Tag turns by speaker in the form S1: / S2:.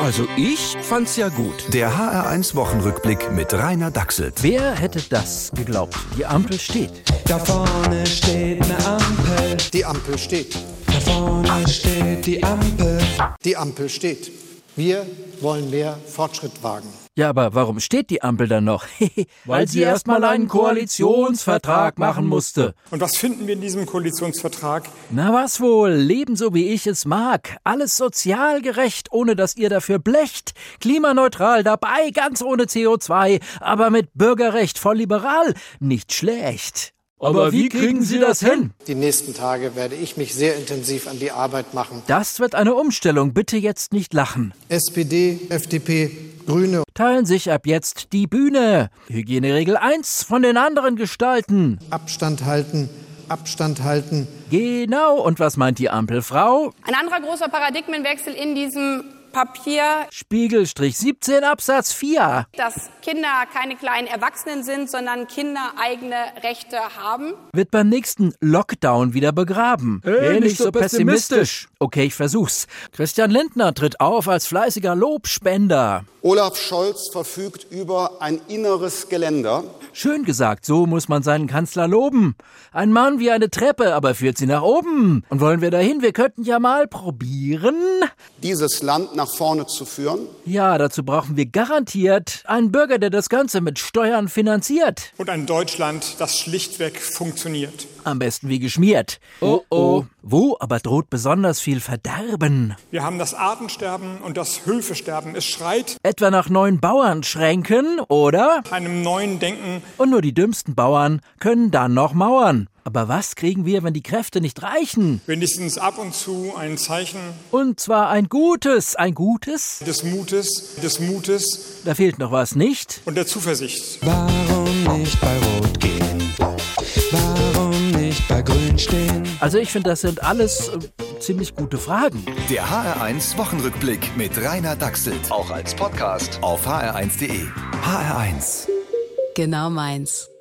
S1: Also ich fand's ja gut.
S2: Der HR1-Wochenrückblick mit Rainer Dachselt.
S3: Wer hätte das geglaubt? Die Ampel steht.
S4: Da vorne steht eine Ampel.
S5: Die Ampel steht.
S4: Da vorne steht die Ampel.
S5: Die Ampel steht. Wir wollen mehr Fortschritt wagen.
S3: Ja, aber warum steht die Ampel dann noch?
S6: Weil sie erst mal einen Koalitionsvertrag machen musste.
S7: Und was finden wir in diesem Koalitionsvertrag?
S3: Na was wohl, leben so wie ich es mag. Alles sozial gerecht, ohne dass ihr dafür blecht. Klimaneutral dabei, ganz ohne CO2, aber mit Bürgerrecht voll liberal. Nicht schlecht.
S6: Aber wie kriegen sie das hin?
S5: Die nächsten Tage werde ich mich sehr intensiv an die Arbeit machen.
S3: Das wird eine Umstellung, bitte jetzt nicht lachen.
S5: SPD, FDP, Grüne
S3: Teilen sich ab jetzt die Bühne. Hygieneregel 1 von den anderen gestalten.
S5: Abstand halten, Abstand halten.
S3: Genau, und was meint die Ampelfrau?
S8: Ein anderer großer Paradigmenwechsel in diesem Papier,
S3: Spiegelstrich 17 Absatz 4.
S8: dass Kinder keine kleinen Erwachsenen sind, sondern Kinder eigene Rechte haben.
S3: Wird beim nächsten Lockdown wieder begraben.
S6: Hey, Äh, nicht so pessimistisch.
S3: Okay, ich versuch's. Christian Lindner tritt auf als fleißiger Lobspender.
S9: Olaf Scholz verfügt über ein inneres Geländer.
S3: Schön gesagt, so muss man seinen Kanzler loben. Ein Mann wie eine Treppe, aber führt sie nach oben. Und wollen wir dahin? Wir könnten ja mal probieren.
S9: Dieses Land nach vorne zu führen,
S3: Ja, dazu brauchen wir garantiert einen Bürger, der das Ganze mit Steuern finanziert.
S7: Und ein Deutschland, das schlichtweg funktioniert.
S3: Am besten wie geschmiert. Oh oh. Wo aber droht besonders viel Verderben?
S7: Wir haben das Artensterben und das Höfesterben. Es schreit
S3: Etwa nach neuen Bauernschränken, oder?
S7: einem neuen Denken.
S3: Und nur die dümmsten Bauern können dann noch mauern. Aber was kriegen wir, wenn die Kräfte nicht reichen?
S7: Wenigstens ab und zu ein Zeichen
S3: Und zwar ein gutes, ein gutes?
S7: des Mutes, des Mutes
S3: Da fehlt noch was, nicht?
S7: und der Zuversicht.
S4: Warum nicht bei Rot gehen? Warum nicht bei Grün stehen?
S3: Also ich finde, das sind alles äh, ziemlich gute Fragen.
S2: Der HR1-Wochenrückblick mit Rainer Dachselt. Auch als Podcast auf hr1.de. HR1.
S10: Genau meins.